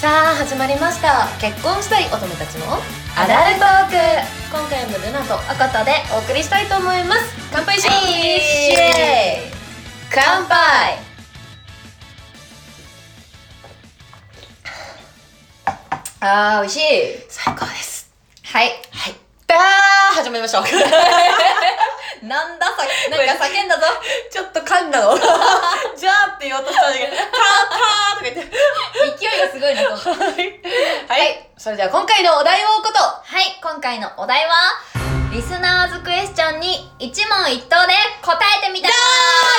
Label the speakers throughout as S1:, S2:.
S1: さあ始まりました結婚したい乙女たちのアダルトーク今回もルナと赤田でお送りしたいと思います乾杯しよう
S2: イエ
S1: 乾杯
S2: あー、美味しい。
S1: 最高です
S2: はい。
S1: はい
S2: だー、始めましょ う。なんださ、なんか叫んだぞ。
S1: ちょっと噛んだの じゃあって言おうとしたんだ けどたーたーとか言って
S2: 勢いがすごいなと思った。は
S1: はい、それでは今回のお題をおこと
S2: い、今回のお題は、リスナーズクエスチョンに一問一答で答えてみたい
S1: よい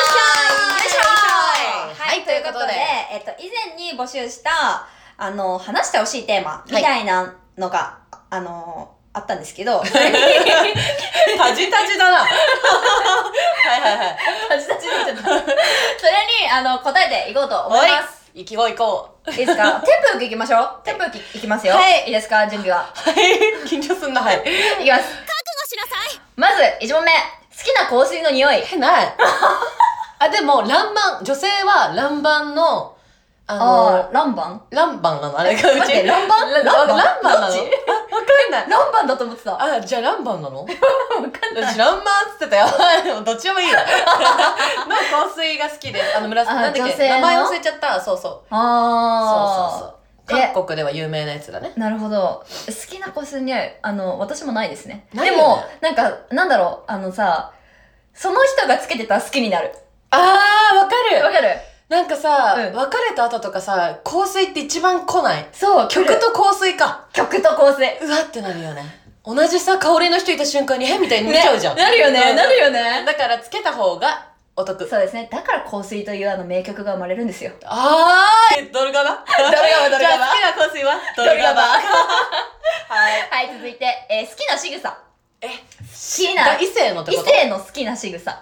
S1: しょー
S2: よいしょーはい、ということで、えっと、以前に募集した、あの、話してほしいテーマみたいなのが、あの、あったんですけど、 それに
S1: タジタジだなはいはいはい
S2: タジタジになっちゃった。それに、あの、答えていこうと思います。
S1: い行きこう行こう
S2: いいです かテンポよくいきましょう。テンポよくいきますよ。
S1: はい
S2: いいですか準備は。
S1: はい緊張すんなはい
S2: いきます。覚悟しなさいまず、1問目。好きな香水の匂い。
S1: え、ない。あ、でも、ランバン、女性はランバンの、あ
S2: あ
S1: の、
S2: ー、ランバン
S1: ランバンなのあれがうち。
S2: 待ってランバン
S1: ラ
S2: ランバン
S1: ランバンなのあわ
S2: どっち
S1: かんない。
S2: ランバンだと思ってた。わ
S1: あ、じゃあランバンなの
S2: かんない。
S1: 私ランバンっつってたよ。 でもどっちでも いいよ。の香水が好きです。あの紫、
S2: あ
S1: なんだっ
S2: 女
S1: け
S2: 性の
S1: 名前忘れちゃった。そうそう。そう
S2: あ
S1: そう
S2: え
S1: そう。韓国では有名なやつだね。
S2: ー。なるほど。好きな香水の匂い。あの、私もないですね。
S1: ない
S2: で
S1: よね
S2: も、なんか、なんだろう。あのさ、その人がつけてたら好きになる。
S1: あー、わか
S2: わ
S1: る。
S2: かる
S1: なんかさ、
S2: うん
S1: 別れた後とかさ、香水って一番来ない。
S2: そう、
S1: 曲
S2: 来る
S1: と香水か。
S2: 曲と香水。
S1: うわってなるよね。同じさ、香りの人いた瞬間に、えみたい になっちゃうじゃん。
S2: なるよ
S1: う
S2: ね、
S1: ん
S2: なるよね。
S1: だからつけた方がお得。
S2: そうですね。だから香水というあの名曲が生まれるんですよ。
S1: あーえ、ドルガバ ドル
S2: ガバドルガバ
S1: じゃあ好きな香水はドルガバ。はい。
S2: はい、続いて、えー好きな仕草。
S1: え、
S2: 好きな、
S1: だ
S2: 異
S1: 異性のってこと
S2: 性の好きな仕草。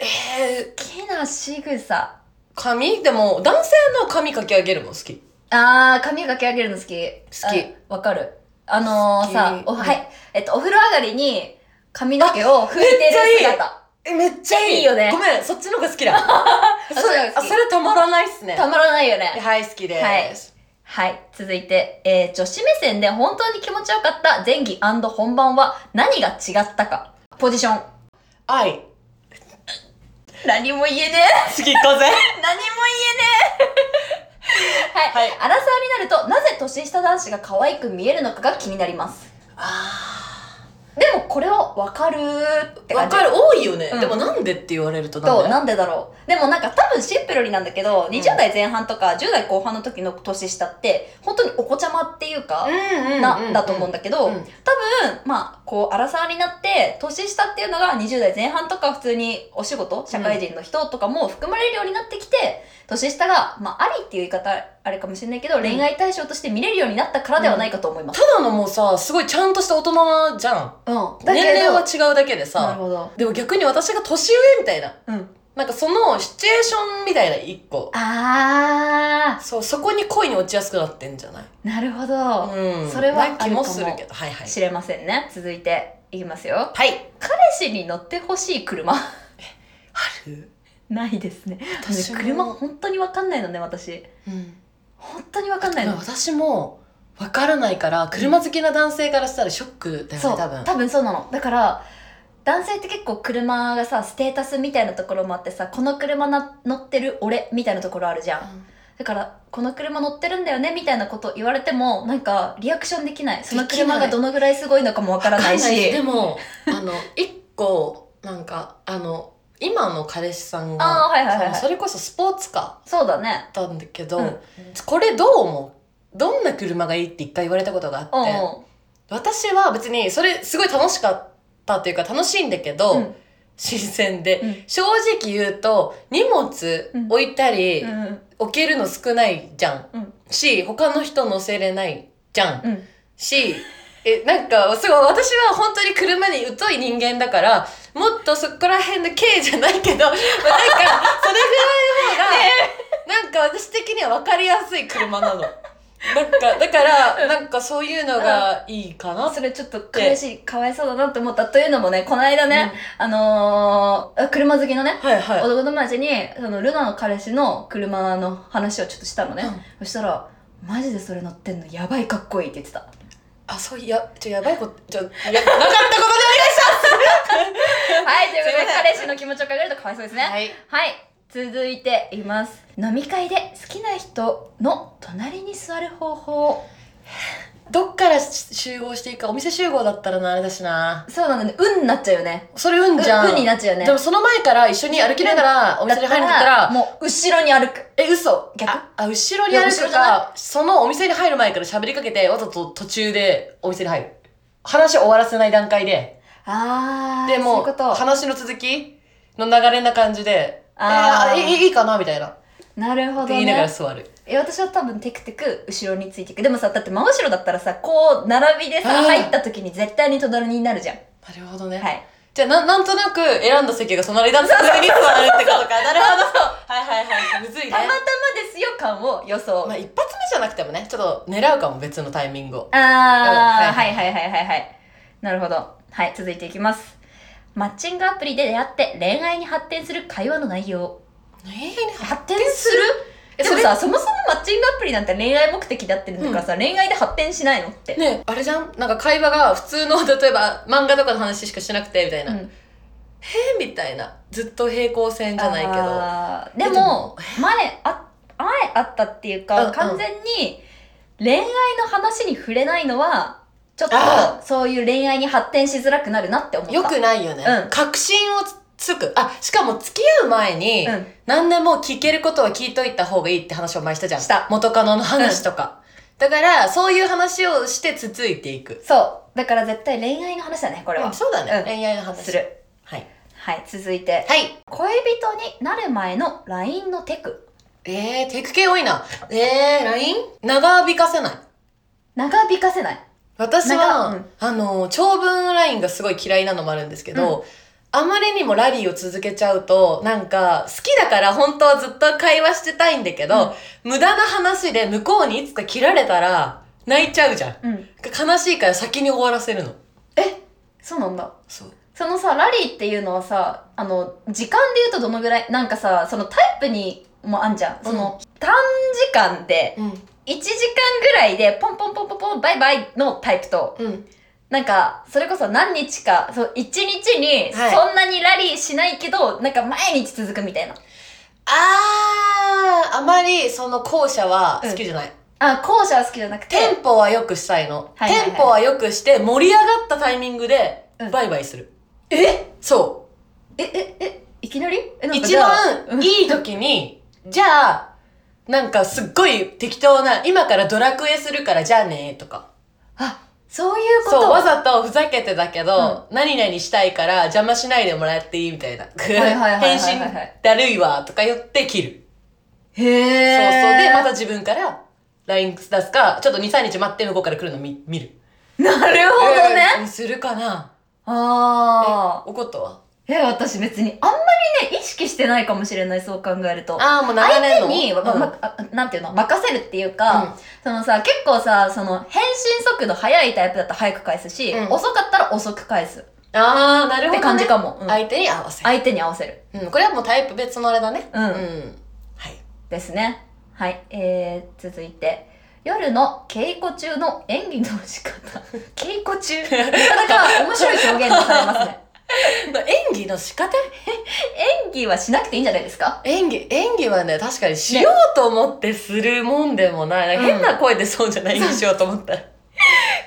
S1: え
S2: 好きな仕草。
S1: ー、髪でも、男性の髪かき上げるの好き。
S2: あー、髪かき上げるの好き。
S1: 好き
S2: あ。わかる。あの
S1: 好
S2: ー、
S1: き
S2: さ、お、
S1: うん
S2: はい。えっと、お風呂上がりに髪の毛を拭い
S1: あめっ
S2: てる
S1: ちゃいい
S2: 姿。
S1: え、めっちゃいい。
S2: いいよね
S1: ごめん、そっちの方が好 きだ。
S2: そっちの方が好き
S1: あそれたまらないっすね。
S2: たまらないよね。
S1: はい、好きです。
S2: はいはい。続いて、えー、女子目線で本当に気持ちよかった前期本番は何が違ったか。ポジション。
S1: 愛。
S2: 何も言えねえ。
S1: 次行こうぜ。
S2: 何も 言えねえ。はい。
S1: は
S2: アラサーになると、なぜ年下男子が可愛く見えるのかが気になります。
S1: あ
S2: でも、これはわかるーって
S1: わ
S2: 感じ。
S1: かる、多いよね
S2: う。ん
S1: でもなんでって言われるとなん
S2: と、
S1: で
S2: なんでだろう。でもなんか多分シンプルになんだけど、20代前半とか10代後半の時の年下って、本当にお子ちゃまっていうか、
S1: うんうん
S2: な、だと思うんだけど、
S1: うん
S2: 多分、まあ、こう、荒沢になって、年下っていうのが20代前半とか普通にお仕事、社会人の人とかも含まれるようになってきて、年下が、まあ、ありっていう言い方、あれかもしれないけど、
S1: ん
S2: 恋愛対象として見れるようになったからではないかと思います。
S1: ただのもうさ、すごいちゃんとした大人じゃん。
S2: うん。だけど
S1: 年齢は違うだけで
S2: なる
S1: さ、
S2: ほど。
S1: でも逆に私が年上みたいな。
S2: うん。
S1: なんかそのシチュエーションみたいな一個。
S2: あ
S1: そう、そこに恋に落ちやすくなってんじゃない
S2: ー、なるほど。
S1: うん。
S2: それはある
S1: な
S2: か
S1: 気
S2: も
S1: もするけど。はいはい。
S2: 知れませんね。続いて、いきますよ。
S1: はい。
S2: 彼氏に乗ってほしい車。
S1: ある
S2: ないですね。
S1: 私も
S2: 車本当にわかんないのね、私。
S1: うん。
S2: 本当にわかんな
S1: で
S2: いの
S1: も。私も、わからないから、車好きな男性からしたらショックだよ
S2: そ
S1: ね、
S2: う
S1: 多分。
S2: そうなのだから男性って結構車がさステータスみたいなところもあってさこの車な乗ってる俺みたいなところあるじゃんだからこの車乗ってるんだよねみたいなこと言われてもなんかリアクションできないその
S1: できない
S2: 車がどのぐらいすごいのかもわからないし
S1: でも、 あの、一個、なんか、あの、今の彼氏さん
S2: あ
S1: が、
S2: あはいはいはい
S1: その
S2: はい
S1: それこそスポーツカー。
S2: そうだね
S1: ったんだけど、
S2: うん
S1: これどう思うどんな車がいいって一回言われたことがあって、
S2: うん
S1: 私は別にそれすごい楽しかったっていうか楽しいんだけど、
S2: うん
S1: 新鮮で、
S2: うん
S1: 正直言うと荷物置いたり、
S2: うんうん
S1: 置けるの少ないじゃん、
S2: うん
S1: し他の人乗せれないじゃん、
S2: うん
S1: しえなんかすごい私は本当に車に疎い人間だからもっとそこら辺の軽じゃないけど、まあ、なんかそれぐらいの方が、 なんか私的には分かりやすい車なの。なんかだからなんかそういうのがいいかなって
S2: それちょっと彼氏かわいそうだなって思ったというのもねこの間ね、あのー、車好きのね
S1: はいはい
S2: 男友達にそのルナの彼氏の車の話をちょっとしたのね、
S1: うん
S2: そしたらマジでそれ乗ってんのやばいかっこいいって 言ってた
S1: あそういやちょやばいことちょやなかったこと
S2: はい、というこ
S1: すい
S2: とで
S1: ません
S2: 彼氏の気持ちを考えるとかわいそうですね。
S1: でお願いします
S2: はい、
S1: い
S2: 続いています。飲み会で好きな人の隣に座る方法。
S1: どっからし集合していいかお店集合だったらなあれだしな
S2: そうなんだね。うんになっちゃうよね。
S1: それうんじゃん
S2: うになっちゃうよね。
S1: でもその前から一緒に歩きながらお店に入るんだったら
S2: もう後ろに歩く。
S1: え嘘
S2: 逆
S1: ああ後ろにある
S2: いや後ろ
S1: と
S2: じゃない
S1: かそのお店に入る前から喋りかけてわざと途中でお店に入る話終わらせない段階で
S2: あー、
S1: でも
S2: そういうこと。
S1: 話の続きの流れな感じでえ
S2: あー
S1: ーいいいいかなみたいなって
S2: なるほど
S1: 言いながら
S2: ね。
S1: 座る
S2: え、私は多分テクテク後ろについていく。でもさ、だって真後ろだったらさ、こう並びでさ、
S1: うん
S2: 入った時に絶対に隣になるじゃん。
S1: なるほどね、
S2: はい。
S1: じゃあななんとなく選んだ席が隣だった席に座るってことかなるほどはいはいはいむずいね
S2: たまたまですよ感を予想。
S1: まあ、一発目じゃなくてもねちょっと狙うかも別のタイミングを
S2: あ
S1: うん
S2: ー、はいはいはいはいはい。なるほど。はい、続いていきます。マッチングアプリで出会って恋愛に発展する会話の内容。
S1: えー
S2: 発展する
S1: え
S2: でもさ、そもそもマッチングアプリなんて恋愛目的だってるんだからさ、恋愛で発展しないのって。
S1: ねあれじゃんなんか会話が普通の 例えば漫画とかの話しかしてなくてみたいうな、へ
S2: ん
S1: えみたいなずっと平行線じゃないけど
S2: あーで
S1: えで
S2: も
S1: も、
S2: 前、あ、前あったっていう
S1: うん
S2: か、
S1: うん
S2: 完全に恋愛の話に触れないのは、ちょっと
S1: あ
S2: そういう恋愛に発展しづらくなるなって思った。
S1: よくないよね、
S2: うん
S1: 確信をつつくあしかも付き合う前に、
S2: うん
S1: 何でも聞けることは聞いといた方がいいって話を前にしたじゃん
S2: した
S1: 元カノの話とか、だからそういう話をしてつついていく
S2: そう。だから絶対恋愛の話だね、これは。
S1: うんそうだね、
S2: うん
S1: 恋愛の話
S2: する。
S1: はい
S2: はい、続いて。
S1: はい
S2: 恋人になる前の LINE のテク。
S1: えー、テク系多いな。えー、LINE? 長引かせない。
S2: 長引かせない。
S1: 私
S2: 長
S1: は、
S2: うん
S1: あの、長文 LINE がすごい嫌いなのもあるんですけど、あまりにもラリーを続けちゃうと、なんか、好きだから本当はずっと会話してたいんだけど、無駄な話で向こうにいつか切られたら、泣いちゃうじゃん。
S2: うん。
S1: 悲しいから先に終わらせるの。
S2: え、そうなんだ。
S1: そう。
S2: そのさ、ラリーっていうのはさ、あの、時間で言うとどのぐらい、なんかさ、そのタイプにもあんじゃん。その、短時間で、
S1: うん。
S2: 1時間ぐらいで、ポンポンポンポンポン、バイバイのタイプと、
S1: うん。
S2: なんか、それこそ何日か、そう、1日に、
S1: はい
S2: そんなにラリーしないけど、なんか毎日続くみたいな。
S1: あー、あまりその後者は好きじゃない。
S2: あ、後者は好きじゃなくて、
S1: テンポは良くしたいの。
S2: はいはいはい
S1: テンポは良くして、盛り上がったタイミングで
S2: うん、
S1: バイバイする。
S2: え
S1: そ
S2: え、え、え、いきなりえ
S1: う。
S2: なんか
S1: 一
S2: じゃあ
S1: 番いい時に、じゃあ、なんかすっごい適当な、今からドラクエするからじゃあねとか。
S2: あ、そういうこと
S1: そう、わざとふざけてだけど、何々したいから邪魔しないでもらっていいみたいな。
S2: はいはいはいはい
S1: 返信だるいわとか言って切る。
S2: へ
S1: そうそう。
S2: え。
S1: で、また自分から LINE 出すか、ちょっと2、3日待って向こうから来るの見見る。
S2: なるほどね。
S1: えーするかな
S2: ああ。
S1: 怒ったわ。
S2: え、私別にあんまりね、意識してないかもしれない、そう考えると。
S1: ああ、もう
S2: 相
S1: 長年
S2: 手
S1: の。
S2: に、わ
S1: う
S2: ま
S1: ん
S2: あなんていうの、任せるっていうか、そのさ、結構さ、その、返信速度早いタイプだったら早く返すし、
S1: うん
S2: 遅かったら遅く返す。
S1: ああ、なるほど、ね。
S2: って感じかもうん
S1: 相手に合わせる。
S2: 相手に合わせる。
S1: うん、これはもうタイプ別のあれだね。
S2: うん
S1: はい。
S2: ですね。はい。えー、続いて。夜の稽古中の演技の仕 方。稽古中なかなか面白い表現がされま すね。
S1: 演技の仕方
S2: 演技はしなくていいんじゃないですか
S1: 演技、演技はね、確かにしようと思ってするもんでもない。
S2: うん
S1: 変な声でそうじゃない、演技しようと思ったら。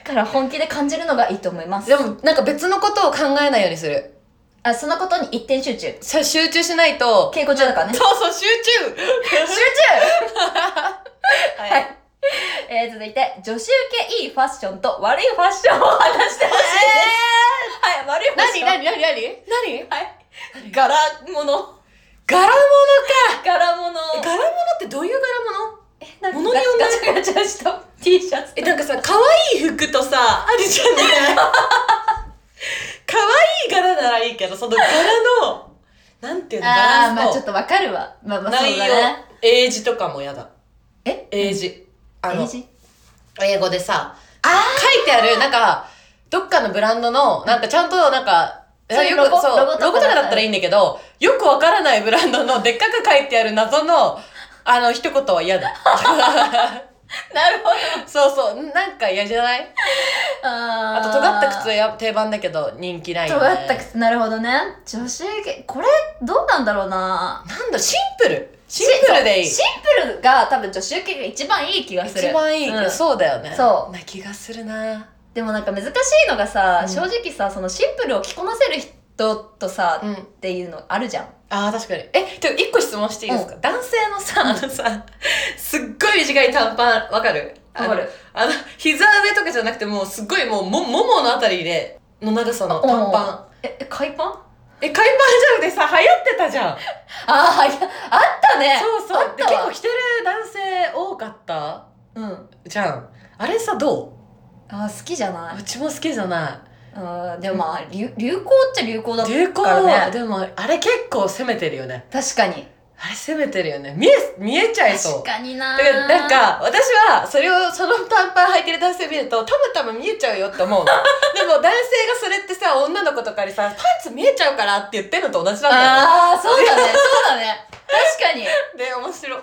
S2: から本気で感じるのがいいと思います
S1: で。も、なんか別のことを考えないようにする。
S2: あそのことに一点集中。
S1: さ集中しないと。
S2: 稽古中だからね。
S1: そうそう、集中
S2: 集
S1: 集
S2: 中
S1: は
S2: はい。えー、続いて、女子受けいいファッションと悪いファッションを話してほしいです。はい、悪いファッシ
S1: 何
S2: ョン。
S1: 何何何何
S2: はい。柄物。
S1: 柄物
S2: 柄物。
S1: か柄物ってどういう柄物
S2: なんか
S1: 物によんない
S2: ガチャガチャした T シャツ。
S1: え、なんかさ、可愛い服とさ、あるじゃ ない可愛い柄ならいいけど、その柄の、なんていうの、バ
S2: あ
S1: ラ
S2: ー、
S1: ンス
S2: まあちょっ
S1: と、
S2: とわかるわ。まあまあそう
S1: 内容、
S2: だね。
S1: 英字とかもやだ。
S2: え
S1: 英字。あの
S2: 英、字
S1: 英語でさ、書いてある、なんか、どっかのブランドの、なんかちゃんと、なんか、
S2: そういう
S1: よく
S2: ロゴ
S1: そうロ
S2: ロゴ
S1: ゴ
S2: とかだったら
S1: とかだったらいいんだけど、よくわからない ブランドのでっかく書いてある謎の、あの、一言は嫌だ。
S2: なるほど
S1: そうそうなんか嫌じゃない
S2: あ
S1: あと尖った靴はや定番だけど人気ないよね
S2: 尖った靴なるほどね女子系これどうなんだろうな
S1: なんだシンプルシンプルでいい
S2: シンプルが多分女子受けが一番いい気がする
S1: 一番いい、
S2: うん
S1: そうだよね
S2: そう
S1: な気がするな
S2: でもなんか難しいのがさ、
S1: うん
S2: 正直さそのシンプルを着こなせる人とさ、
S1: う
S2: っ
S1: ん
S2: ていうのあるじゃん
S1: あー確かにえてか一個質問していいですか、男性のさあのさすっごい短い短パンわかる
S2: わかる
S1: あのあの膝上とかじゃなくてもうすっごいもうももものあたりでの長さの短パン
S2: ええ海パン
S1: え海パンじゃなくてさ流行ってたじゃん
S2: ああいやあったね
S1: そうそう
S2: あっ
S1: で
S2: た
S1: 結構
S2: わ
S1: 着てる男性多かった
S2: うん
S1: じゃんあれさど
S2: あー好きじゃな
S1: う
S2: いう
S1: ちも好きじゃな
S2: あーでもまあ流流行っちゃ流行だ
S1: い流行
S2: からね
S1: でもあれ結構攻めてるよね
S2: 確かに
S1: あれ攻めてるよね見え見えちゃいそう
S2: 確かにな
S1: だからなんか私はそれをその短パン履いてる男性見るとたまたま見えちゃうよって思う のでも男性がそれってさ女の子とかにさパンツ見えちゃうからって言ってるのと同じなんだよね
S2: ああそうだねそうだね確かに
S1: で面 白い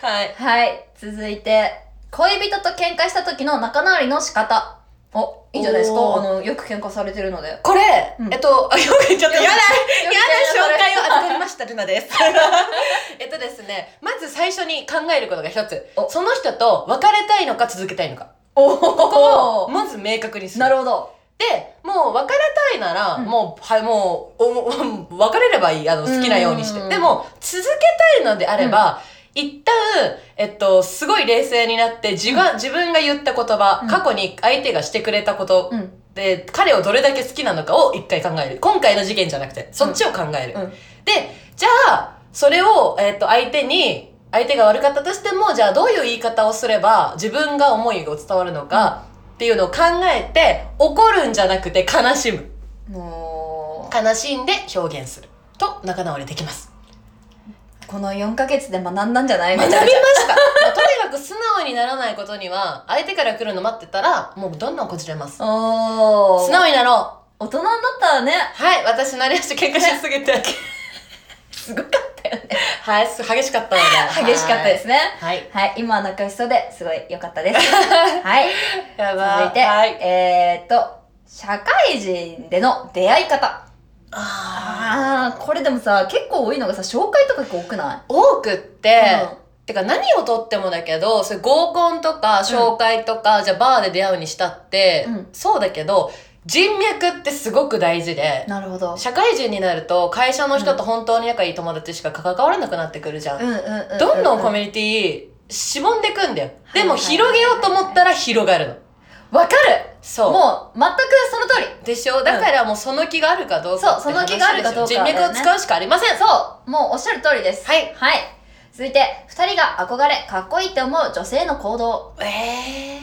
S1: はい
S2: はい続いて恋人と喧嘩した時の仲直りの仕方おいいんじゃないですか
S1: お
S2: あ
S1: ー
S2: のよく喧嘩されてるので
S1: これ、
S2: うん
S1: えっと、あよくちょっと言わない
S2: 嫌
S1: 嫌な紹介を預かりました、ルナです。 えっとですね、まず最初に考えることが一つ
S2: お。
S1: その人と別れたいのか続けたいのか。
S2: お
S1: ここを
S2: お
S1: まず明確にする。
S2: なるほど
S1: で、もう別れたいなら、
S2: うん
S1: もう、はい、も う、お別れればいい。あの、好きなようにし
S2: う
S1: て。
S2: ん
S1: でも、続けたいのであれば、一旦、えっと、すごい冷静になって、自が自分が言った言葉、
S2: うん
S1: 過去に相手がしてくれたこと
S2: うん
S1: で、彼をどれだけ好きなのかを一回考える。今回の事件じゃなくて、そっちを考える。
S2: うん
S1: で、じゃあ、それを、えっ、と、相手に、相手が悪かったとしても、じゃあどういう言い方をすれば、自分が思いを伝わるのか、っていうのを考えて、怒るんじゃなくて悲しむ。
S2: も
S1: 悲しんで表現する。と、仲直りできます。
S2: うこの4ヶ月で学んだんじゃないみ
S1: 学び
S2: た
S1: ま
S2: いな
S1: した。まあとにかく素直にならないことには、相手から来るの待ってたら、もうどんどんこじれます。
S2: おー
S1: 素直になろう。
S2: 大人になったらね
S1: はい、私なりました。喧嘩しすぎて。
S2: すごかったよね
S1: はい、す激しかったので。
S2: 激しかったですね
S1: はい。
S2: はい、今は仲良しそうですごい良かっ たですはい
S1: やば
S2: 続いて、
S1: はい。
S2: えーっと社会人での出会い方
S1: ああ。
S2: あーこれでもさ結構多いのがさ紹介とか多くな
S1: 多くっ
S2: い
S1: て、てか何をとってもだけど、それ合コンとか紹介とか、じゃあバーで出会うにしたって、
S2: うん
S1: そうだけど、人脈ってすごく大事で、
S2: なるほど
S1: 社会人になると会社の人と本当に仲いい友達しか関わらなくなってくるじゃん。
S2: うんうんうんうん
S1: どんどんコミュニティ、しぼんでくんだよ。でも
S2: はいはいはい
S1: 広げようと思ったら広がるの。
S2: わかる
S1: そう。
S2: もう全くその通り
S1: でしょだからもうその気があるかどうか
S2: そうその気があるかどうか
S1: って話ですよ人脈を使うしかありません
S2: そうもうおっしゃる通りです
S1: はい
S2: はい続いて2人が憧れかっこいいって思う女性の行動
S1: え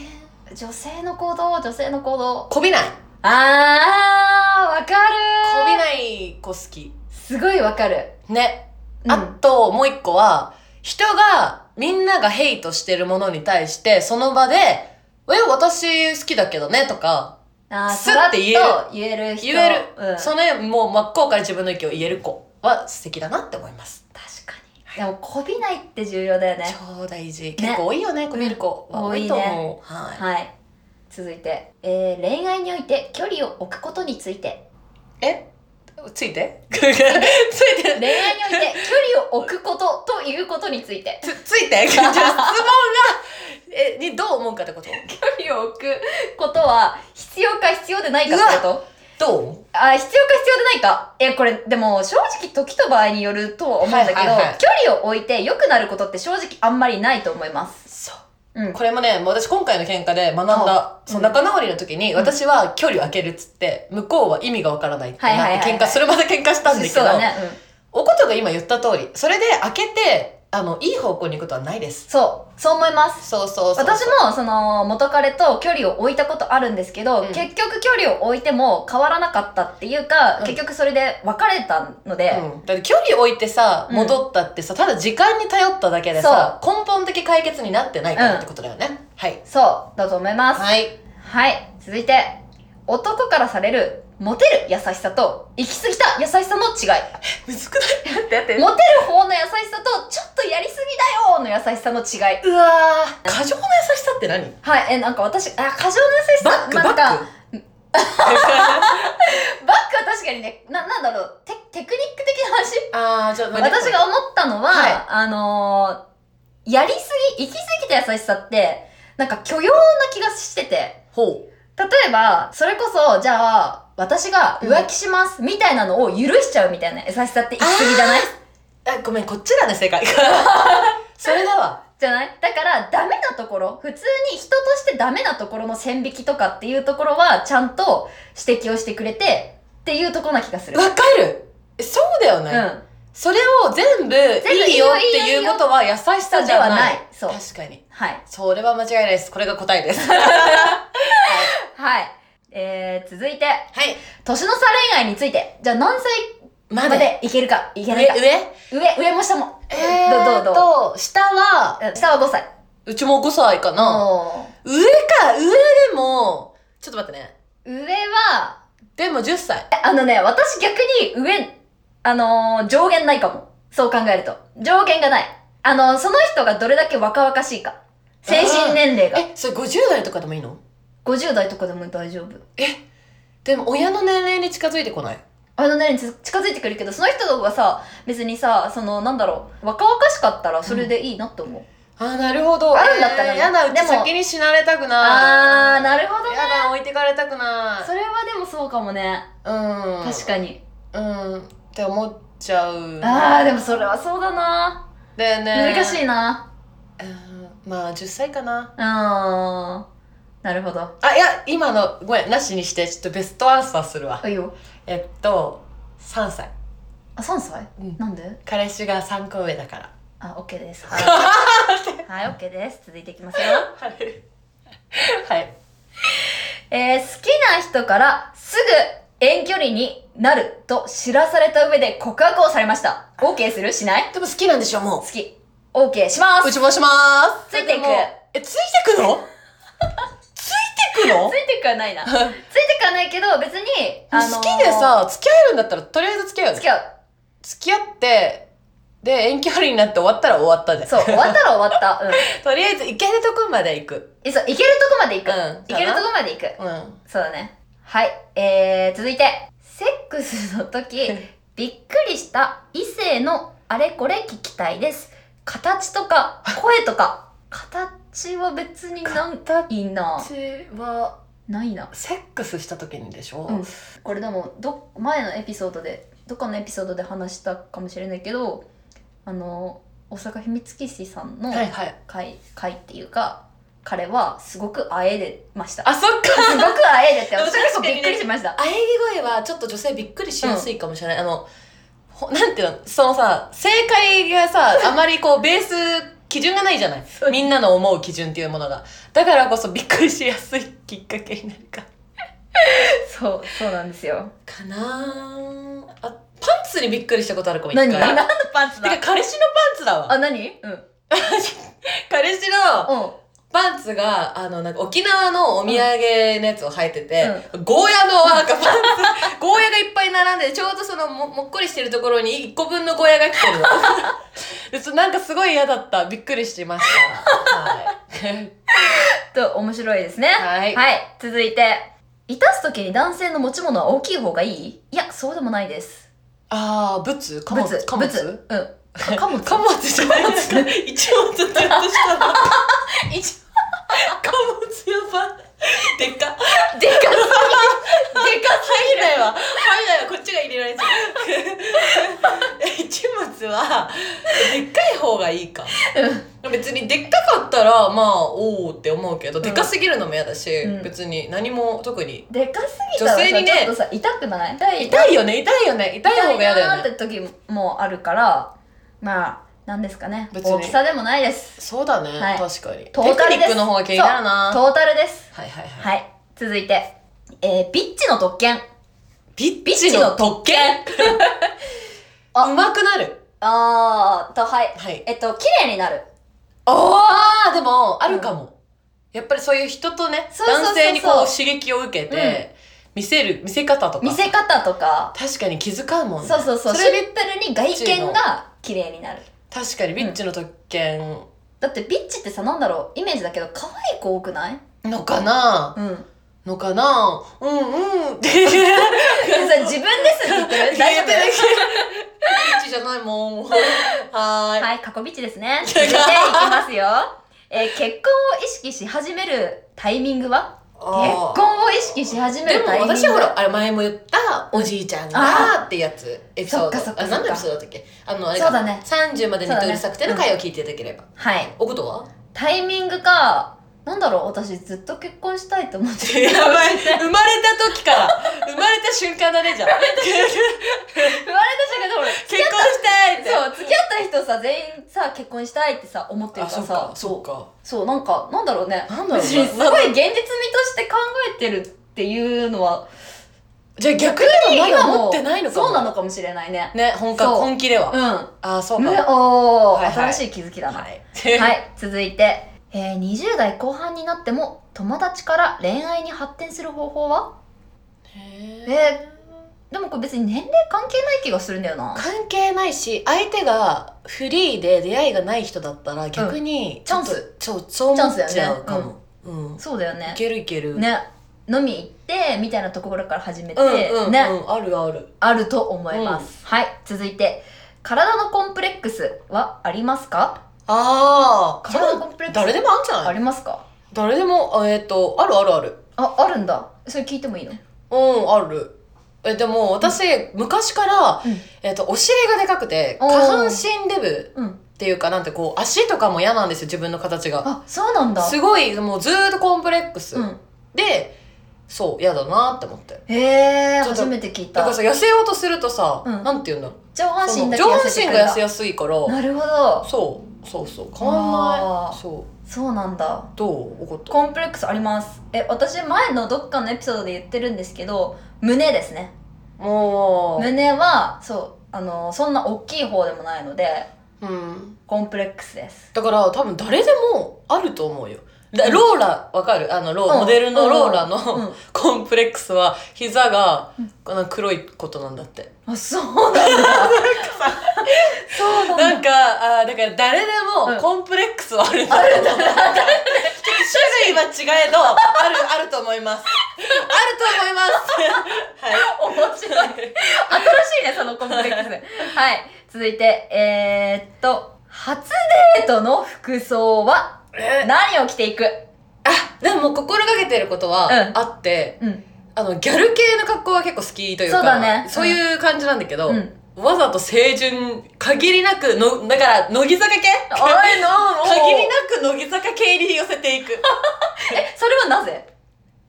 S1: え
S2: 女性の行動女性の行動
S1: こびないこ
S2: あーわかるー
S1: びない子好き
S2: すごいわかる
S1: ね、
S2: うん
S1: あともう一個は人がみんながヘイトしてるものに対してその場で「え私好きだけどね」とか
S2: あー
S1: ス
S2: さ
S1: ッ
S2: らっと
S1: て言える
S2: 言える人
S1: 言える、
S2: うん、
S1: そのもう真っ向から自分の意見を言える子は素敵だなって思います
S2: 確かにでもこびないって重要だよね
S1: 超大事結構多いよねこびる子は
S2: うん
S1: 多いと思う、はい
S2: はい続いて、えー恋愛において距離を置くことについて
S1: えついて ついて
S2: 恋愛におい て距離を置くことということについて
S1: つついて じゃあ質問がえにどう思うかってこと
S2: 距離を置くことは必要か必要でないかってこと
S1: どう思う
S2: あ必要か必要でないかえこれでも正直時と場合によるとは思うんだけど、
S1: はいはいはい
S2: 距離を置いて良くなることって正直あんまりないと思います
S1: そう
S2: うん
S1: これもねもう私今回の喧嘩で学んだ
S2: うん
S1: その仲直りの時に、
S2: ん
S1: 私は距離を空けるっつって向こうは意味がわからないって
S2: はいはい
S1: なっ
S2: はい
S1: て
S2: はい
S1: 喧嘩それまで喧嘩したんだけ
S2: そう
S1: ど、
S2: だね、うん、
S1: おことが今言った通りそれで開けてあのいい方向に行くことはないです
S2: そうそう思います
S1: そうそうそう
S2: 私もその元彼と距離を置いたことあるんですけど、
S1: うん
S2: 結局距離を置いても変わらなかったっていうか、
S1: うん
S2: 結局それで別れたので、
S1: うん、だって距離置いてさ
S2: うん
S1: 戻ったってさ、ただ時間に頼っただけでさ根本的解決になってないからってことだよね、はい
S2: そうだと思いますはい、
S1: はい
S2: 続いて男からされるモテる優しさと行き過ぎた優しさの違い
S1: むずくない待って待って
S2: モテる方の優しさとちょっとやりすぎだよの優しさの違いう
S1: わー過剰な優しさって何
S2: はいえなんか私あ過剰な優し
S1: バ
S2: さ
S1: ック
S2: な
S1: バ
S2: んか
S1: ッ ク
S2: バックは確かにねななんだろうテテクニック的な話
S1: ああちょっと
S2: 私が思ったのは、
S1: はい
S2: あのーやりすぎ、行き過ぎた優しさって、なんか許容な気がしてて、
S1: ほう
S2: 例えば、それこそ、じゃあ、私が浮気します、みたいなのを許しちゃうみたいな優しさって行き過ぎじゃない
S1: あごめんこっちだね 世界がそれだわ
S2: じゃないだから、ダメなところ、普通に人としてダメなところの線引きとかっていうところは、ちゃんと指摘をしてくれて、っていうところな気がする。
S1: わかるえそうだよね、
S2: うん。
S1: それを全部いいよっていうことは優しさじ
S2: では
S1: ゃない
S2: ない。そう。
S1: 確かに
S2: はい。
S1: それは間違いないですこれが答えです はい
S2: はい。えー、続いて。
S1: はい
S2: 年の差恋愛について。じゃあ何歳
S1: ま
S2: ま
S1: で
S2: でいけるか、いけ
S1: 上
S2: ないか。
S1: 上
S2: 上、上も下も。
S1: え
S2: ど
S1: ー
S2: う
S1: っ
S2: どうどう
S1: と下は
S2: うん下は5歳。
S1: うちも5歳かな
S2: お
S1: 上か上でもちょっと待ってね
S2: ー上は、
S1: でも10歳
S2: えあのね、私逆に上、あのー上限ないかも。そう考えると。上限がない。あのーその人がどれだけ若々しいか。精神年齢が。
S1: えそれ50代とかでもいいの
S2: 50代とかでも大丈夫。
S1: でも親の年齢に近づいてこない
S2: あのね、つ近づいてくるけど、その人がさ、別にさ、その、なんだろう、若々しかったらそれでいいなって思う。
S1: あーなるほど
S2: あるんだったらね
S1: えーやだう
S2: で
S1: ち
S2: も
S1: 先に死なれたく
S2: あ
S1: な
S2: ー、
S1: い
S2: なるほどね。
S1: やだ置いてかれたくな
S2: それはでもそうかもね。
S1: いうん
S2: 確かに。
S1: うんって思っちゃう
S2: あー、でもそれはそうだな。
S1: だよね
S2: 難しいな。
S1: うんまあ10歳かな
S2: うーん。なるほど。
S1: あいや今のごめんなしにしてちょっとベストアンサーするわ
S2: あ、いいよ。
S1: えっと3歳
S2: あ、3歳
S1: うん
S2: なんで
S1: 彼氏が3個上だから
S2: あ、OK で す。はい。はい、OK です。続いていきますよ。
S1: はいはい
S2: えー、好きな人からすぐ遠距離になると知らされた上で告白をされました。OK するしない
S1: でも好きなんでしょも
S2: 好き。OK しま
S1: う
S2: す。
S1: うちもします
S2: ついていく
S1: でもえついてくの ついてくの
S2: ついてくはない な。ついてくはないけど、別に、あのー
S1: 好きで、さ付き合えるんだったらとりあえず付き合うよ
S2: 付き合う。
S1: 付き合ってで遠距離になって終わったら終わったじゃん
S2: そう、終わったら終わった。うん。
S1: とりあえず行けるとこまで行く
S2: えそう、行けるとこまで行く。
S1: うん
S2: 行けるとこまで行く。
S1: うん
S2: そうだね。はい。えー、続いて。セックスの時、びっくりした異性のあれこれ聞きたいです。形とか、声とか。形は別になんいいな。
S1: 私は
S2: ないな。
S1: セックスした時にでしょ、
S2: うんこれでも、ど、前のエピソードで、どっかのエピソードで話したかもしれないけど、あの、大阪秘密基地さんの
S1: はいはい
S2: 会、会っていうか、彼はすごくあえでました。
S1: あそっか
S2: すごくあえで って、
S1: でも
S2: 私結
S1: 確
S2: 構
S1: かにね
S2: びっくりしました。
S1: 喘ぎ声はちょっと女性びっくりしやすいかもしれない、あのほなんていうのそのさ正解がさあまりこうベース基準がないじゃない
S2: そう
S1: みんなの思う基準っていうものがだからこそびっくりしやすいきっかけになるか
S2: そう、そうなんですよ。
S1: かなーあパンツにびっくりしたことあるかも一回
S2: 何何のパンツ
S1: てか彼氏のパンツだわ
S2: あ、何うん。うん。
S1: 彼氏の
S2: あ
S1: パンツがあのなんか沖縄のお土産のやつを履いてて、ゴーヤのなんかパンツ ゴーヤがいっぱい並んでちょうどそのももっこりしてるところに1個分のゴーヤが来てるの でそなんかすごい嫌だったびっくりしましたはい
S2: と、面白いですね。
S1: はい
S2: 続いて。いたすときに男性の持ち物は大きい方がいいいや、そうでもないです。
S1: ああブツ貨物
S2: 物
S1: 貨物
S2: 物うん。か貨物
S1: 貨物じゃないですか 一応ずっとやっとしたの 貨
S2: 一
S1: 物やばいでっか
S2: 応、でかすぎる。でか
S1: 入んないわ入んないわこっちが入れられちゃう一物はでっかい方がいいか別にでっかかったらまあおおって思うけど、
S2: ん
S1: でかすぎるのも嫌だし、
S2: うん
S1: 別に何も特に
S2: すでかすぎたらさ、
S1: 女性にね
S2: ちょっとさ、痛くない痛い
S1: 痛いよね痛いよね痛い方が嫌だ
S2: な
S1: よ
S2: ー
S1: ね
S2: って時もあるから、まあ、なんですかね。
S1: 別に
S2: 大きさでもないです。
S1: そうだね、
S2: はい
S1: 確かに
S2: トータル
S1: テクニ
S2: です。
S1: ックの方が気になるな
S2: そうトータルです。
S1: はいはいはい、
S2: はい。続いて。えー、ビッチの特権。
S1: ビ
S2: ビ
S1: ッ
S2: ッチ
S1: チ
S2: の
S1: の
S2: 特
S1: 特
S2: 権
S1: 権
S2: あ
S1: うまくなる
S2: あーと、はい。
S1: はい
S2: えっと、綺麗になる。
S1: ああでもあるかも、やっぱりそういう人とね
S2: そうそうそうそう
S1: 男性にこう刺激を受けて、見せる見せ方とか
S2: 見せ方とか、
S1: 確かに気づかんもんね
S2: そうそうそう
S1: そ
S2: シ
S1: れ
S2: ンプルに外見が綺麗になる
S1: 確かにビッチの特権
S2: だってビッチってさなんだろうイメージだけど可愛い子多くない
S1: のかな、
S2: うん
S1: のかなうんうんって言っ
S2: それ自分ですって言 ってる大丈夫
S1: ビッチじゃないもんはーい
S2: はい、過去ビッチです ね。続いていきますよ。えー結婚を意識し始めるタイミングは
S1: あ
S2: 結
S1: ー
S2: 婚を意識し始め
S1: で
S2: る
S1: も
S2: タイミング
S1: 私はほらあれ前も言ったおじいちゃんがってやつエピソード
S2: そっかそっか
S1: あ
S2: そっか
S1: 何のエピソードだったっけあのあれ
S2: そうだね
S1: 30まで寝てうるさくての
S2: そうだね
S1: 回を聞いていただければ、
S2: はい。
S1: おことは
S2: タイミングか、なんだろう、私ずっと結婚したいと思ってる。
S1: ば い生まれた時から生まれた瞬間だねじ ゃん
S2: 言われた
S1: 結婚したいっ
S2: けど、ほら、そう、付き合った人さ、全員さ、結婚したいってさ、思ってる
S1: あ
S2: か
S1: そ
S2: ら
S1: う
S2: さ
S1: か、そうか
S2: そう、なんか、なんだろうね。
S1: なんだろうね
S2: 別に すごい現実味として考えてるっていうのは、
S1: じゃあ逆にまだ
S2: 今も
S1: 持ってないのかも
S2: そうなのかもしれないね。
S1: ね本格
S2: そう
S1: 本気では
S2: うん。
S1: ああそう
S2: ね
S1: か
S2: お
S1: は
S2: ー、
S1: いはい
S2: 新しい気づきだな。
S1: い
S2: はい、続いて、えー、20代後半になっても友達から恋愛に発展する方法は
S1: へー
S2: でもこれ別に年齢関係ない気がするんだよな。
S1: 関係ないし相手がフリーで出会いがない人だったら逆に
S2: チャンス
S1: ちょっとそうそう思っちゃうか
S2: チャン
S1: も、うん
S2: そうだよ
S1: い
S2: ね。
S1: けるいける
S2: ね、飲み行ってみたいなところから始めて、
S1: うんうん、
S2: ね、
S1: うん、あるある
S2: あると思います。はい、続いて、体のコンプレックスはありますか
S1: ああ
S2: 体のコンプレックス
S1: 誰でもあんじゃ
S2: あ
S1: ない
S2: りますか
S1: 誰でもあえっ、とあるあるある
S2: あ、あるんだ。それ聞いてもいいの
S1: うんあるえでも私、昔から、
S2: うん
S1: えっとお尻がでかくて
S2: お
S1: 下
S2: ー
S1: 半身デブ
S2: うん。
S1: っていうかなんてこう足とかも嫌なんですよ自分の形が
S2: あ、そうなんだ。
S1: すごいもうずーっとコンプレックス、
S2: うん。
S1: でそう嫌だなって思って
S2: へー、
S1: ちょっと
S2: 初めて聞い
S1: だから
S2: た。
S1: さ痩せようとするとさ、
S2: うん
S1: なんていうんだろう
S2: 上半
S1: そ
S2: 身
S1: の上
S2: だけ
S1: 半
S2: 痩せて
S1: 身
S2: く
S1: が
S2: れ
S1: 痩
S2: た
S1: せやすいから
S2: なるほど。
S1: そうそうそう変わん
S2: あ
S1: ない
S2: ー
S1: そう
S2: そうなんだ
S1: どう怒った
S2: コンプレックスありますえ私前のどっかのエピソードで言ってるんですけど胸ですね
S1: も
S2: 胸はそうあのそんな大きい方でもないので
S1: う、うん、
S2: コンプレックスです
S1: だから多分誰でもあると思うよだローラわかるあのロー、
S2: うん
S1: モデルのローラ
S2: う
S1: の、
S2: ん
S1: コンプレックスは膝が
S2: うん
S1: この黒いことなんだって
S2: あそうなんだそうなんだ
S1: なんかあーだから誰で
S2: うん
S1: もコンプレックスはあるんだと思う、 種類は違えどあるあ ると思いますあると思います はい
S2: 面白い新しいねそのコンプレックスはい続いてえー、っと初デートの服装は
S1: え
S2: 何を着ていく
S1: あでも心がけてることは
S2: うん
S1: あって、
S2: うん
S1: あのギャル系の格好は結構好きというか
S2: そうだね
S1: そういう感じなんだけど、
S2: うん
S1: わざと清純限りなくのだから乃木坂系
S2: あれな
S1: 限りなく乃木坂系に寄せていく
S2: えそれは なぜ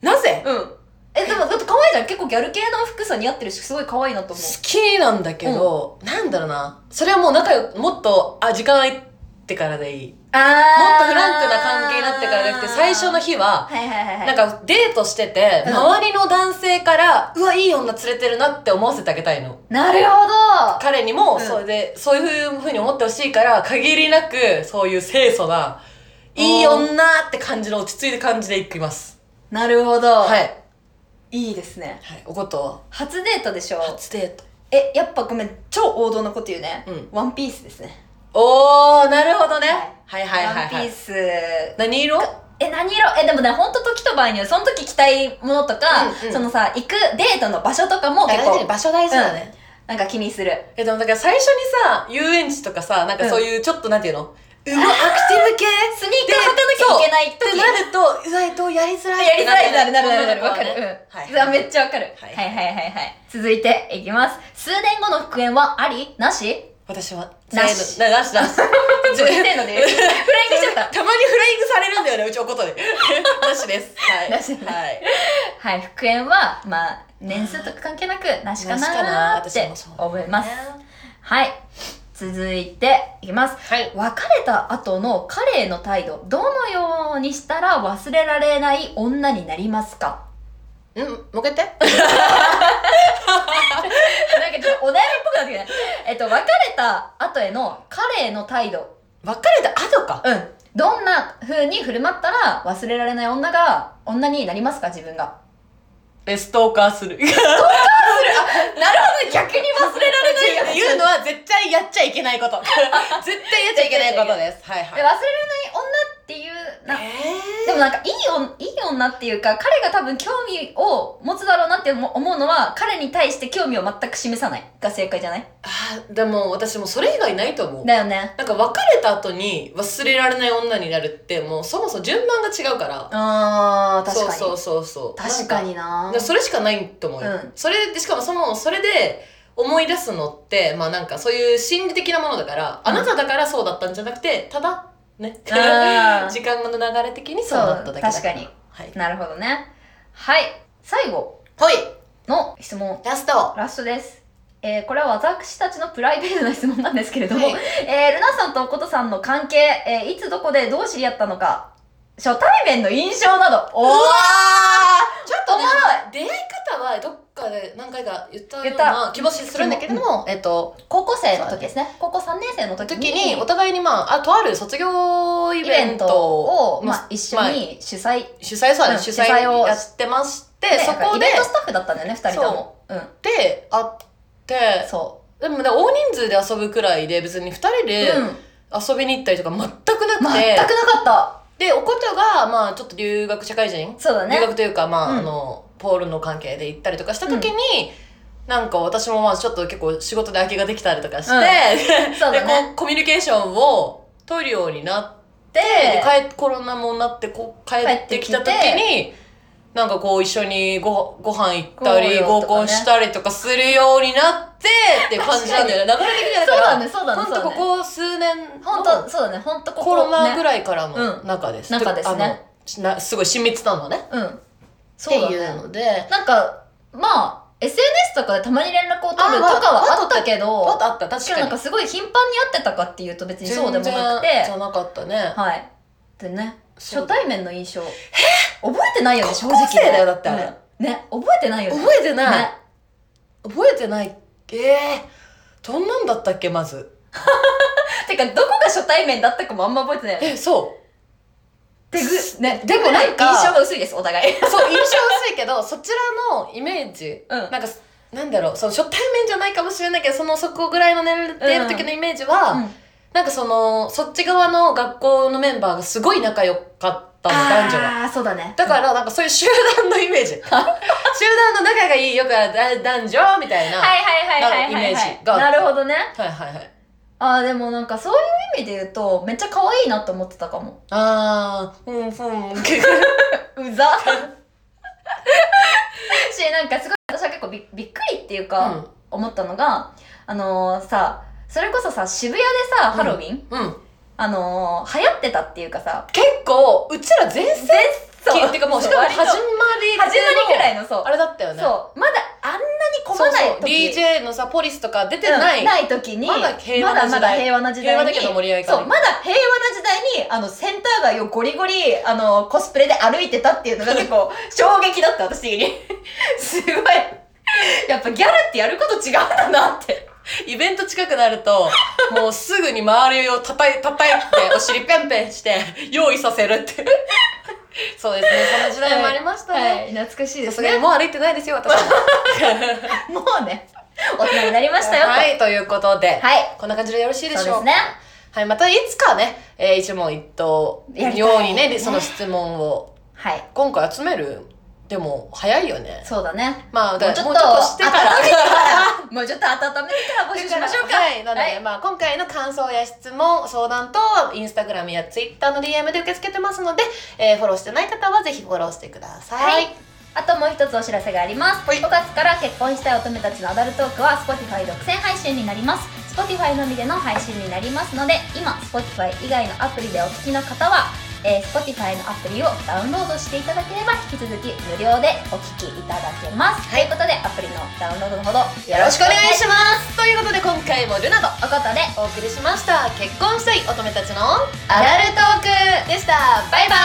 S1: なぜ
S2: うん。え、でも、だって可愛いじゃん。結構ギャル系の服さ似合ってるし、すごい可愛いなと
S1: 好
S2: 思う。
S1: きなんだけど、なんだろうなそれはもう仲良くもっとあ時間空いてからでいいもっ
S2: あ
S1: と
S2: ー
S1: フランクな関係になってからじゃなくて最初の日は
S2: はいはいはいはい。
S1: なんかデートしてて、
S2: うん
S1: 周りの男性から、うわ、いい女連れてるなって思わせてあげたいの。
S2: なるほど
S1: 彼にも、
S2: うん
S1: それで、そういうふうに思ってほしいから、限りなく、そういう清楚な、いい女って感じの落ち着いた感じでいきます。
S2: なるほど。。
S1: はいい。
S2: いいですね。
S1: はい。おことは、
S2: 初デートでしょ。
S1: 初デート。
S2: え、やっぱごめん、超王道のこと言うね。
S1: うん
S2: ワンピースですね。
S1: おー、なるほどね。はいはいはい
S2: ワ
S1: は
S2: ンピー
S1: い。
S2: ス。
S1: 何色
S2: え、何色え、でもね、ほんと時と場合による。その時着たいものとか、
S1: うんうん
S2: そのさ、行くデートの場所とかも結
S1: 確かに
S2: 構、
S1: 場所大事だね。
S2: なんか気にする。
S1: え、でもだから最初にさ、遊園地とかさ、なんかそういうちょっとなんていうのうわ、アクティブ系
S2: スニーカー履かなきゃいけない
S1: って
S2: 時。
S1: なると、うわ、えっと、やりづらい。
S2: やりづらいなるなるなるなるわかる。
S1: はい。
S2: うん。めっちゃわかる。は
S1: はいい
S2: はいはいはい。続いていきます。数年後の復縁はあり なし
S1: 私は、
S2: なし
S1: せーのなしな し。
S2: せーので。フライングしちゃった。
S1: たまにフライングされるんだよね、うちおことで。 なしです。はい。
S2: なし
S1: はい。
S2: はい、復縁は、まあ、年数とか関係なく、なしか
S1: なしかな
S2: なーって
S1: 私もそう
S2: 思います。はい。続いていきます。
S1: はい。
S2: 別れた後の彼への態度、どのようにしたら忘れられない女になりますか
S1: うん、もう一回言って。
S2: なんかちょっとお悩みっぽくなってきたね。えっと、別れた後への彼への態度、
S1: 別れた後か。
S2: うん。どんな風に振る舞ったら忘れられない女が、女になりますか自分が。
S1: でストーカーす る言う
S2: なるほど逆に忘れられないやつ
S1: のは絶対やっちゃいけないこと 絶対やっちゃいけないことですはいは
S2: で忘れ
S1: い
S2: られない女っていうなでもなんかいい女いい女っていうか彼が多分興味を持つだろうなって思思うのは彼に対して興味を全く示さないが正解じゃない
S1: あーでも私もそれ以外ないと思う
S2: だよね
S1: なんか別れた後に忘れられない女になるってもうそもそも順番が違うから
S2: あー確かに
S1: そうそうそうそう
S2: 確か
S1: なん
S2: にな
S1: でそれしかないと思うよ、
S2: うん
S1: それでしかもそのそれで思い出すのってまあなんかそういう心理的なものだから、
S2: うん
S1: あなただからそうだったんじゃなくてただね 時
S2: あー
S1: 間の流れ的にそうだっただけだ
S2: そう確かに
S1: はい、
S2: なるほどねはい最後
S1: ほい
S2: の質問
S1: ラストは
S2: ラストですえーこれは私たちのプライベートな質問なんですけれ
S1: い
S2: ども、えールナさんとコトさんの関係、えーいつどこでどう知り合ったのか、初対面の印象など、おー
S1: うわ
S2: ちょっ
S1: とね
S2: おもろい
S1: 出会い方はどっかで何回か言ったよ
S2: 言
S1: う
S2: っ
S1: な
S2: た
S1: 気もするんだけども、えっと
S2: 高校生の時ですね。高校3年生の時
S1: 時に
S2: に、
S1: お互いにまああとある卒業イ
S2: イ
S1: ベ
S2: ベ
S1: ン
S2: ン
S1: ト
S2: ト
S1: を
S2: を、まあ、一緒に主催、
S1: 主催そうだね、
S2: うん
S1: 主
S2: 主催
S1: 催
S2: を
S1: やってまして
S2: で
S1: そ
S2: なんか
S1: こ
S2: イ
S1: で
S2: ベントスタッフだったんだよね、2人とも。うん。
S1: で会って
S2: そ
S1: でもね大人数で遊ぶくらいで別に2人
S2: う。
S1: で
S2: うん。
S1: 遊びに行ったりとか全くなくて
S2: 全くなかった。
S1: でおことがまあちょっと留学社会人、
S2: そうだね
S1: 留。学というかまあ、
S2: うん
S1: あのポールの関係で行ったりとかした時に、なんか私もまあちょっと結構仕事で空きができたりとかして、
S2: うんそう
S1: で
S2: だね。
S1: こうコミュニケーションを取るようになって。
S2: で
S1: で帰コロナもなってこう帰ってきた時
S2: 帰って
S1: になんかこう一緒にごご飯行ったり
S2: こ
S1: 合
S2: うよとかね
S1: コンしたりとかするようになってっていう感じなんだよね流れ的にはだ
S2: そう
S1: か
S2: だ
S1: ら
S2: ね、そうだね、
S1: ほん
S2: そう
S1: とこ
S2: だね。
S1: こ数年
S2: 本
S1: の
S2: 当そうだね、本当ここ
S1: コロナぐ
S2: い。
S1: らいからの中です、
S2: 中ですね
S1: あのしなすごい親密なのね
S2: うん。
S1: っ
S2: そ
S1: て
S2: うだ
S1: いう
S2: ね。
S1: ので
S2: なんか、まあ、SNS とかでたまに連絡を取ると
S1: あまあ
S2: かはあったけど、
S1: あったあった確
S2: しかも
S1: かに
S2: なんかすごい頻繁に会ってたかっていうと別に
S1: 全
S2: そうでもなく
S1: 然じ
S2: て
S1: ゃなかったね
S2: はいでね
S1: そう
S2: 初対面の印象覚えてないよね正直
S1: 高校生だよだってあれ
S2: うんね覚えてないよね
S1: 覚えてない、
S2: ね
S1: 覚えてないええー、どんなんだったっけまず
S2: てかどこが初対面だったかもあんま覚えてない
S1: えそう
S2: でぐね
S1: でもなんか
S2: 印象が薄いですお互い
S1: そう印象薄いけ どそちらのイメージ、
S2: うん
S1: なんかなんだろうその初対面じゃないかもしれないけどそのそこぐらいの年齢
S2: う
S1: の
S2: ん
S1: 時のイメージは、
S2: うん
S1: なんかそのそっち側の学校のメンバーがすごい仲良かったの男女が。
S2: ああそうだね
S1: だからなんかそういう集団のイメージ 集団の仲がいいよくあるだ男女みたいな、
S2: うんはいはいはいはいはいはい
S1: イメージが
S2: なるほどね
S1: はいはいはい
S2: ああでもなんかそういう意味で言うとめっちゃ可愛いなと思ってたかも
S1: あー うんうん
S2: うざ しなんかすごい私は結構びびっくりっていうか、思ったのが、あのーさ、それこそさ、渋谷でさ、
S1: うん
S2: ハロウィン、
S1: うん、うん、
S2: あのー流行ってたっていうかさ、
S1: 結構うちら全盛期
S2: そう
S1: っていうかもうしかも
S2: そ
S1: 始ま
S2: う割と
S1: り
S2: 始まりくら
S1: い
S2: いの、そう。
S1: あれだったよね
S2: そう。まだあんなに混まない時。
S1: そうそう DJ のさポリスとか出てない、
S2: うんない時に、
S1: まだ平和な時代
S2: まだまだ平和な時代に
S1: 平和だけど盛り上がる
S2: そう、まだ平和な時代に、あの、センター街をゴリゴリ、あの、コスプレで歩いてたっていう のが結構、衝撃だった、私的に。 すごい。やっぱギャルってやること違うんだなって。
S1: イベント近くなる ともうすぐに周りを叩い叩いてお尻ペンペン して用意させるっていうそうですねその時代もありましたね
S2: い、懐かしい
S1: さすがにもう歩いてないですよ 私は
S2: もうね、大人になりましたよ。と
S1: はいということで、
S2: はい。
S1: こんな感じでよろしいで
S2: そ
S1: し
S2: うで
S1: ょう
S2: すね。
S1: はいまたいつかね、えー一問一答
S2: やりたい
S1: ようにね
S2: ね
S1: その質問を
S2: はい。
S1: 今回集めるでも早いよね
S2: そうだね。
S1: まあ
S2: もう
S1: だ
S2: ち
S1: か
S2: ょ
S1: ら
S2: っ
S1: も
S2: と
S1: うちょっとしてから
S2: 温めてから、もうちょっと温めてから募集しましょうか。
S1: はい、なので、
S2: はい
S1: まあ、今回の感想や質問、相談等、インスタグラムやツイッターの DM で受け付けてますので、えーフォローしてない方はぜひフォローしてください。
S2: はい。あともう一つお知らせがあります。
S1: はい
S2: 5月から結婚したい乙女たちのアダルトークは Spotify 独占配信になります。Spotify のみでの配信になりますので、今 Spotify 以外のアプリでお聞きの方は、えー Spotify のアプリをダウンロードしていただければ引き続き無料でお聞きいただけます。ということでアプリのダウンロードのほど
S1: よろしくお願いします。ということで、今回もルナと
S2: おことで
S1: お送りしました。結婚したい乙女たちの
S2: アダルトーク
S1: でした。バイバイ